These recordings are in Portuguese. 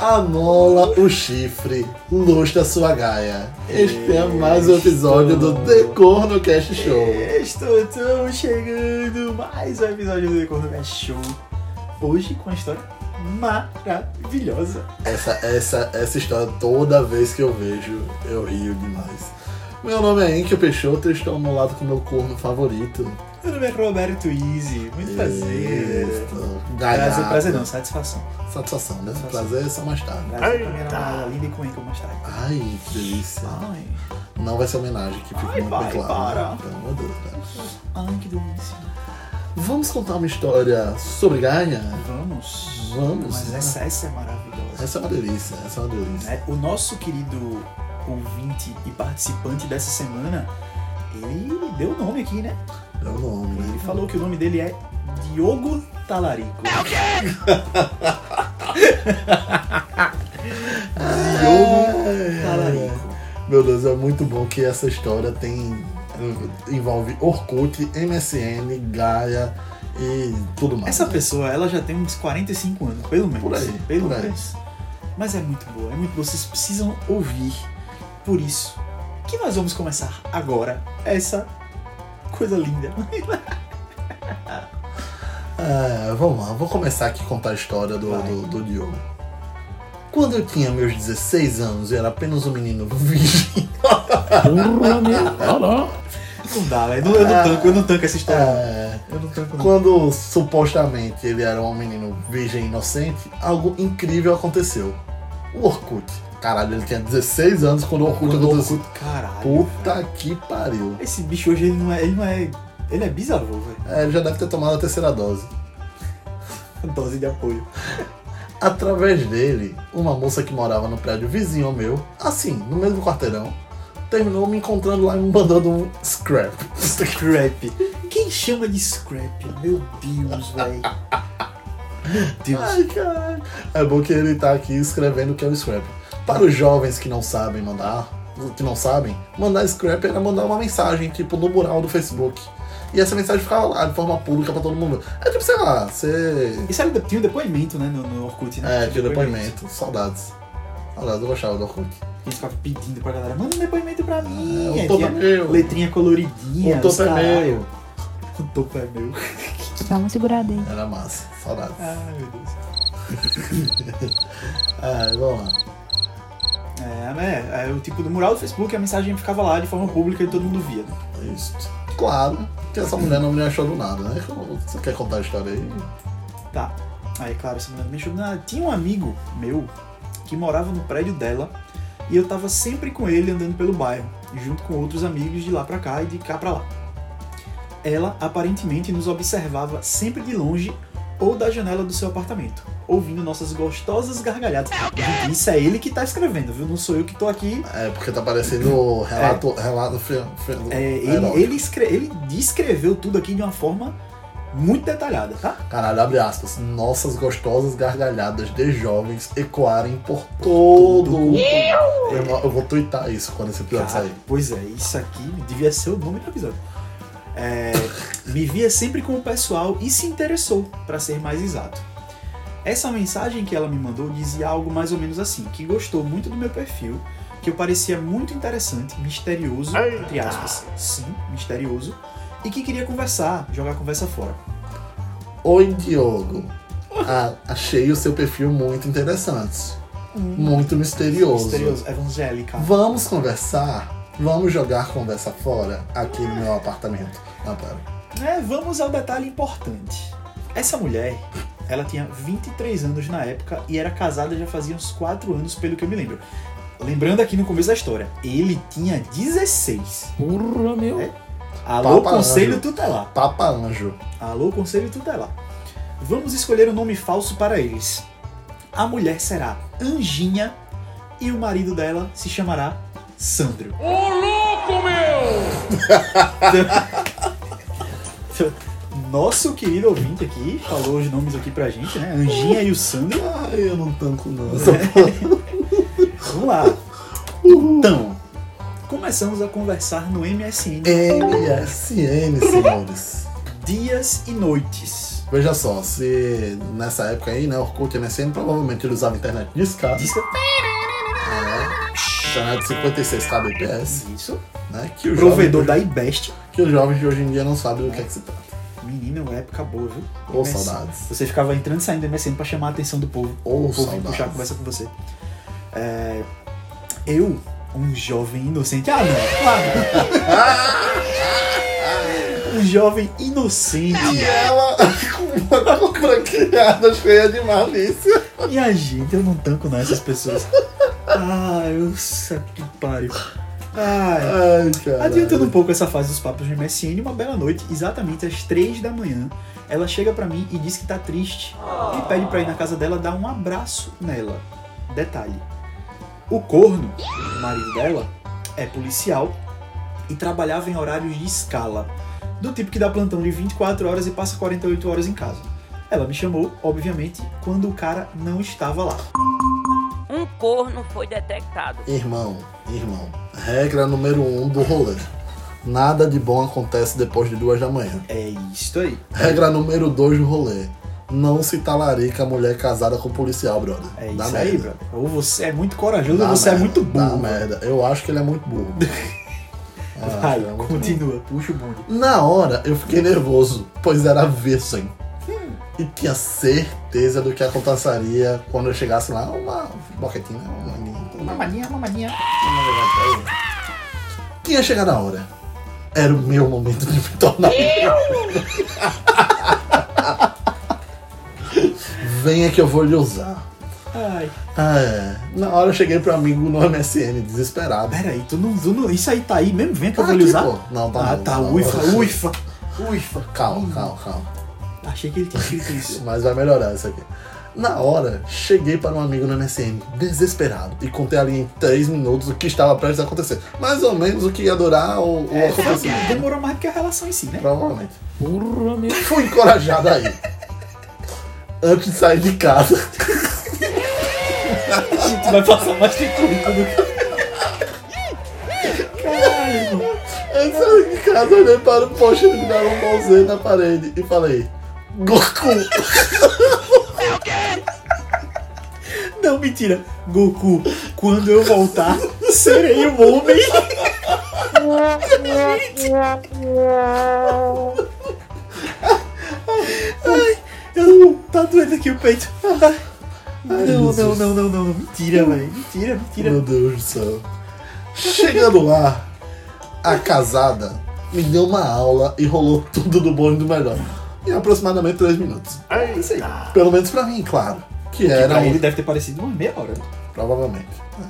Amola o chifre, lustra sua gaia. Este é mais um episódio do Decor no Cast Show. Estou tão É, chegando mais um episódio do Decor do Cast Show. Hoje com uma história maravilhosa. Essa, essa, essa história, toda vez que eu vejo, eu rio demais. Meu nome é Enkel Peixoto e estou ao meu lado com meu corno favorito. Meu nome é Roberto Easy. Muito prazer. Isto, Prazer, gaiato. prazer não, satisfação. Satisfação, né? Satisfação. Prazer é só mais tarde. Prazer pra minha namorada linda e com quem eu mais tarde. Ai, que delícia. Ai, Não vai ser homenagem, que fica Ai, muito vai, bem claro. para. né? Pelo amor de Deus, né? ai, que delícia. Vamos contar uma história sobre gaia? Vamos. Vamos, Mas né? essa, essa é maravilhosa. Essa é uma delícia, essa é uma delícia. né? O nosso querido ouvinte e participante dessa semana, ele deu o nome aqui, né? É o nome, né? Ele falou que o nome dele é Diogo Talarico. É o quê? Diogo Talarico. É. Meu Deus, é muito bom que essa história tem. envolve Orkut, MSN, Gaia e tudo mais. Essa pessoa, ela já tem uns 45 anos, pelo menos. É. Por aí, pelo por aí. menos. Mas é muito boa, é muito boa. Vocês precisam ouvir. Por isso que nós vamos começar agora essa coisa linda. É, vamos lá, vou começar aqui a contar a história do, Vai. do, do Diogo. Quando eu tinha meus 16 anos e era apenas um menino virgem. Porra, meu. Ah, lá. Não dá, velho. Eu não tanco, eu não tanco essa história. é, Eu não tanco, não. quando supostamente ele era um menino virgem inocente, algo incrível aconteceu. O Orkut. Caralho, ele tinha 16 anos quando o Orkut Quando eu aconteceu. ocupo- Caralho. Puta que pariu. Esse bicho hoje, ele não é. Ele, não é, ele é bisavô, velho. É, ele já deve ter tomado a terceira dose. Dose de apoio. Através dele, uma moça que morava no prédio vizinho ao meu, assim, no mesmo quarteirão, terminou me encontrando lá e me mandando um scrap. Scrap. Quem chama de scrap? Meu Deus, velho. Meu Deus. Ai, caralho. É bom que ele tá aqui escrevendo o que é o scrap. Para os jovens que não sabem mandar, que não sabem, mandar scrap era mandar uma mensagem, tipo, no mural do Facebook. E essa mensagem ficava lá de forma pública pra todo mundo. É tipo, sei lá, você E sabe, tinha um depoimento, né, no, no Orkut, né? É, tinha depoimento. Saudades. Saudades, eu gostava do Orkut. A gente ficava pedindo pra galera, manda um depoimento pra mim. É, o Aí topo tinha é meu. Letrinha O coloridinha. topo os é caralho. meu. O topo é meu. Dá uma segurada aí. Era massa. Saudades. Ai, meu Deus. É, vamos lá. É, né? É, o tipo do mural do Facebook, a mensagem ficava lá de forma pública e todo mundo via. né? É Isso. Claro que essa mulher não me achou do nada, né? Você quer contar a história aí? Tá. Aí, claro, essa mulher me achou. Ah, tinha um amigo meu que morava no prédio dela e eu tava sempre com ele andando pelo bairro, junto com outros amigos de lá pra cá e de cá pra lá. Ela aparentemente nos observava sempre de longe ou da janela do seu apartamento, ouvindo nossas gostosas gargalhadas. Gente, Isso é ele que tá escrevendo, viu? Não sou eu que tô aqui. É, porque tá parecendo o relato. Relato. Fe, fe, É, ele, erótico. ele, escre- ele descreveu tudo aqui de uma forma muito detalhada, tá? Caralho, abre aspas. Nossas gostosas gargalhadas de jovens ecoarem por todo o. Eu, eu vou twittar isso quando esse episódio Cara, sair. Pois é, isso aqui devia ser o nome do episódio. É, me via sempre com o pessoal e se interessou, pra ser mais exato. Essa mensagem que ela me mandou dizia algo mais ou menos assim, que gostou muito do meu perfil, que eu parecia muito interessante, misterioso, entre aspas, sim, misterioso, e que queria conversar, jogar a conversa fora. Oi, Diogo. Ah, achei o seu perfil muito interessante. Muito Hum. misterioso. Misterioso, evangélica. Vamos conversar? Vamos jogar conversa fora aqui no meu apartamento. Ah, pera. É, vamos ao detalhe importante. Essa mulher, ela tinha 23 anos na época e era casada já fazia uns 4 anos, pelo que eu me lembro. Lembrando aqui no começo da história, ele tinha 16. Porra, meu. Alô, Papa conselho Anjo. tutelar. Papa Anjo. Alô, conselho tutelar. Vamos escolher um nome falso para eles. A mulher será Anjinha e o marido dela se chamará Sandro. Ô, louco, meu! Nosso querido ouvinte aqui falou os nomes aqui pra gente, né? Anjinha e o Sandro. Ai, eu não tanco não. Vamos lá. Então, começamos a conversar no MSN MSN, senhores. dias e noites. Veja só, se nessa época aí, né, Orkut e MSN, provavelmente ele usava internet discada. Disca. Internet 56 kbps, Isso. né? Que o Provedor jovem, da IBEST. que os jovens de hoje em dia não sabem do que é que se trata. Menino, é época boa, viu? Ou MSN. saudades. Você ficava entrando e saindo do MSN pra chamar a atenção do povo. Ou o povo vinha saudades. puxar a conversa com você. É, eu, um jovem inocente. Ah, não, claro. um jovem inocente. E ela com uma compra criada cheia de malícia. Minha gente, eu não tanco não essas pessoas. Ah, eu sa- que pariu. Ai. Ai, cara. Adiantando um pouco essa fase dos papos no MSN, uma bela noite, exatamente às 3 da manhã, ela chega pra mim e diz que tá triste e pede pra ir na casa dela dar um abraço nela. Detalhe: o corno, o marido dela, é policial e trabalhava em horários de escala, do tipo que dá plantão de 24 horas e passa 48 horas em casa. Ela me chamou, obviamente, quando o cara não estava lá. Um corno foi detectado. Irmão, irmão, regra número um do rolê. Nada de bom acontece depois de duas da manhã. É isso aí. Regra número dois do rolê. Não se talarica a mulher casada com policial, brother. É Dá isso merda. aí, brother. Ou você é muito corajoso Dá ou você é merda, muito burro. Dá merda. Eu acho que ele é muito burro. Eu acho Vai, que ele é muito burro. continua, puxa o bonde. Na hora, eu fiquei nervoso, pois era Vessen. E tinha certeza do que aconteceria quando eu chegasse lá. Uma boquetinha, né? uma então. maninha. Uma Mamadinha, mamadinha. Tinha chegado a hora. Era o meu momento de me tornar. Venha que eu vou lhe usar. Ai, Ah, é. Na hora eu cheguei pro amigo no MSN, desesperado. peraí, tu não, tu não- Isso aí tá aí mesmo? Vem que eu Tá vou lhe aqui, usar. pô. Não, tá Ah, não, tá, tá não. uifa, uifa. Uifa, calma, calma, calma. Achei que ele tinha escrito isso. Mas vai melhorar isso aqui. Na hora, cheguei para um amigo no MSN, desesperado, e contei ali em 3 minutos o que estava prestes a acontecer. Mais ou menos o que ia durar o, É, o acontecimento. assim, Demorou mais do que a relação em si, né? Provavelmente. Porra, meu. fui encorajado aí. Antes de sair de casa. A gente vai passar mais tempo do que. Caralho, mano. Antes de sair de casa, olhei para o poste e me um bolzinho na parede e falei. Goku! Não, mentira. Goku, quando eu voltar, serei um homem. Ai, eu tá doendo aqui o peito. Ai, não, Jesus. não, não, não, não, não. Mentira, velho. Mentira, mentira. Meu Deus do céu. Chegando lá, a casada me deu uma aula e rolou tudo do bom e do melhor. Em aproximadamente 3 minutos. É isso aí. Pelo menos pra mim, claro. Que era Pra ele um, deve ter parecido uma meia hora. provavelmente. né?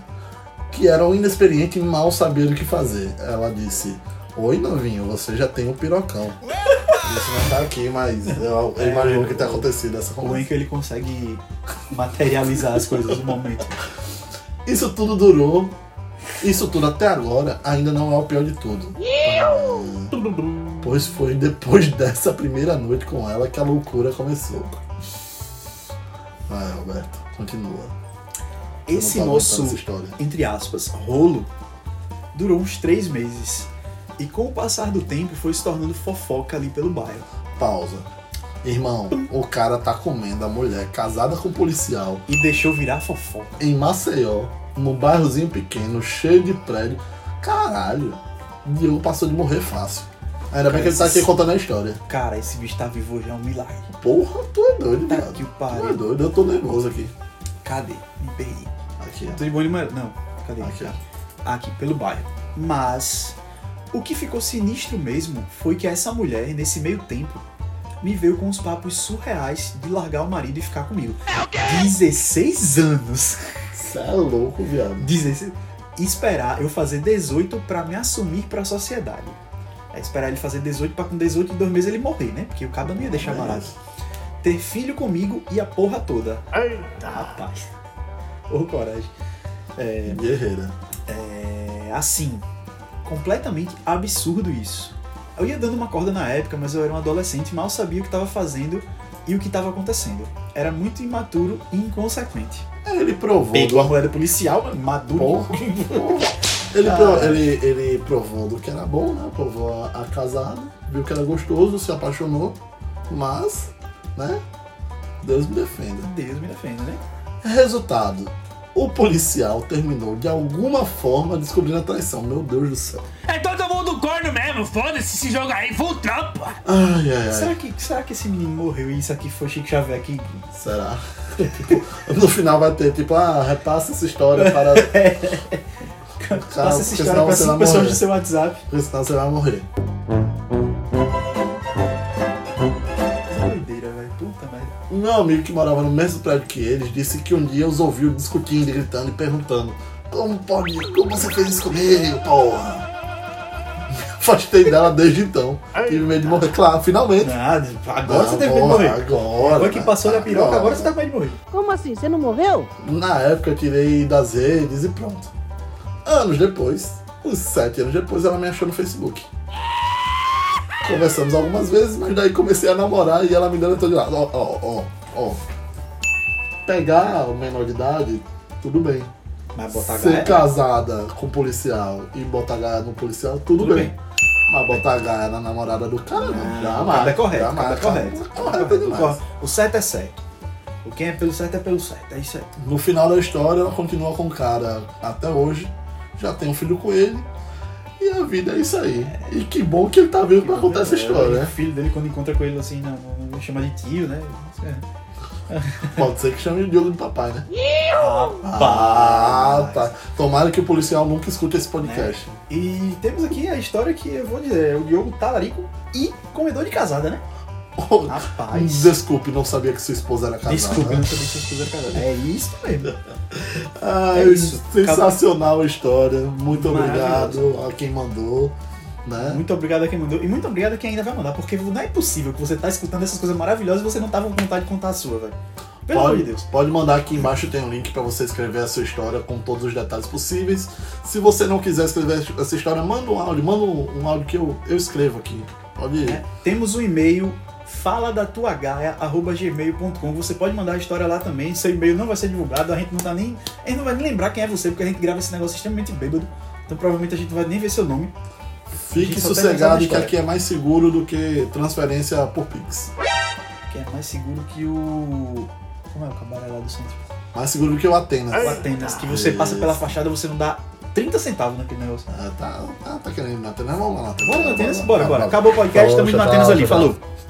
Que era um inexperiente e mal sabia o que fazer. Ela disse: Oi, novinho, você já tem um pirocão. Isso não tá aqui, mas eu, eu imagino que tenha acontecido essa Como é conversa. que ele consegue materializar as coisas no momento? Isso tudo durou. Isso tudo até agora ainda não é o pior de tudo. Pois foi depois dessa primeira noite com ela que a loucura começou. Vai, Roberto, continua. Eu Esse não tô aguentando nosso essa história. entre aspas, rolo, durou uns três meses. E com o passar do tempo foi se tornando fofoca ali pelo bairro. Pausa. Irmão, o cara tá comendo a mulher casada com um policial E deixou virar fofoca. em Maceió, num bairrozinho pequeno, cheio de prédio. Caralho, Diogo passou de morrer fácil. Ainda bem que ele tá aqui contando a história. Cara, esse bicho tá vivo hoje é um milagre. Porra, tu é doido, Tá viado. que o Tu é pariu. doido, eu tô nervoso aqui. Cadê? Me perdi. Aqui, Tô é de bom de manhã. Não, cadê? ó. Aqui, ó. aqui pelo bairro. Mas o que ficou sinistro mesmo foi que essa mulher, nesse meio tempo, me veio com uns papos surreais de largar o marido e ficar comigo. 16 anos! Cê é louco, viado. 16. Esperar eu fazer 18 pra me assumir pra sociedade. É esperar ele fazer 18 pra com 18 e dois meses ele morrer, né? Porque o cara não ia É. deixar barato. Ter filho comigo e a porra toda. Rapaz. Ô, coragem. Guerreira. É assim, completamente absurdo isso. Eu ia dando uma corda na época, mas eu era um adolescente, mal sabia o que estava fazendo e o que estava acontecendo. Era muito imaturo e inconsequente. É, Ele provou Pegou a do moeda policial, mano, maduro. Porra. Ele, Ah. pro- ele, ele provou do que era bom, né? Provou a, a casada, viu que era gostoso, se apaixonou, mas né? Deus me defenda. Deus me defenda, né? Resultado: o policial terminou de alguma forma descobrindo a traição. Meu Deus do céu. É todo mundo corno mesmo, foda-se esse jogo aí, full trampo. Ai, ai, ai. Será, que, será que esse menino morreu e isso aqui foi Chico Xavier que Será? Tipo, no final vai ter tipo, ah, repassa essa história para. passa essa porque história senão pra você vai cinco pessoas morrer. do seu WhatsApp? Porque senão você vai morrer. Que doideira, velho. Puta merda. O Um meu amigo que morava no mesmo prédio que eles disse que um dia os ouviu discutindo, e gritando e perguntando: Como pode? Como você fez isso comigo, porra? Me afastei dela desde então. Tive medo de morrer. Claro, finalmente. Nada, agora você teve medo Agora, de morrer. Agora. né? Agora que passou da piroca, agora você tá com medo de morrer. Como assim? Você não morreu? Na época eu tirei das redes e pronto. Anos depois, uns sete anos depois, ela me achou no Facebook. Conversamos algumas vezes, mas daí comecei a namorar e ela me dando todo de lado. Ó, ó, ó, ó. Pegar o menor de idade, tudo bem. Mas botar Ser galera. casada com policial e botar gaia no policial, tudo, Tudo bem. bem. Mas botar gaia na namorada do cara, não. Jamais. Nada é correto, nada jamais. é correto. Correto demais. O certo é certo. O quem é pelo certo é pelo certo. É isso aí. No final da história, ela continua com o cara até hoje. Já tem um filho com ele. E a vida é isso aí. E que bom que ele tá vivo pra contar essa história, O né? filho dele, quando encontra com ele assim, não, não chama de tio, né? Pode ser que chame o Diogo de papai, né? Ah, tá. Tomara que o policial nunca escute esse podcast. E temos aqui a história que eu vou dizer: o Diogo talarico e comedor de casada, né? Oh, Rapaz. Desculpe, não sabia que sua esposa era casada. Desculpa, eu não sabia se vocês fizeram casada. É isso mesmo. Ah, É isso. sensacional a história. Muito Maravilhoso. obrigado a quem mandou, né? Muito obrigado a quem mandou. E muito obrigado a quem ainda vai mandar, porque não é possível que você tá escutando essas coisas maravilhosas e você não tava com vontade de contar a sua, velho. Pelo amor de Pode, Deus. pode mandar aqui embaixo, tem um link pra você escrever a sua história com todos os detalhes possíveis. Se você não quiser escrever essa história, manda um áudio, manda um, um áudio que eu, eu escrevo aqui. Pode ir. né? Temos o e-mail fala da tua gmail.com. Você pode mandar a história lá também. Seu e-mail não vai ser divulgado, a gente não tá nem. A gente não vai nem lembrar quem é você, porque a gente grava esse negócio extremamente bêbado. Então provavelmente a gente não vai nem ver seu nome. Fique gente só tá pensando na sossegado que história. aqui é mais seguro do que transferência por Pix. Que é mais seguro que o. Como é o cabaré lá do centro? Mais seguro do que o Atenas. O Atenas, que você passa pela fachada você não dá 30 centavos naquele negócio. Ah, tá, tá, tá querendo ir no Atenas? Vamos lá. Bora no Atenas? Bora, bora. Acabou. Acabou o podcast, Falou, estamos no tchau, Atenas tchau, ali. tchau. Falou.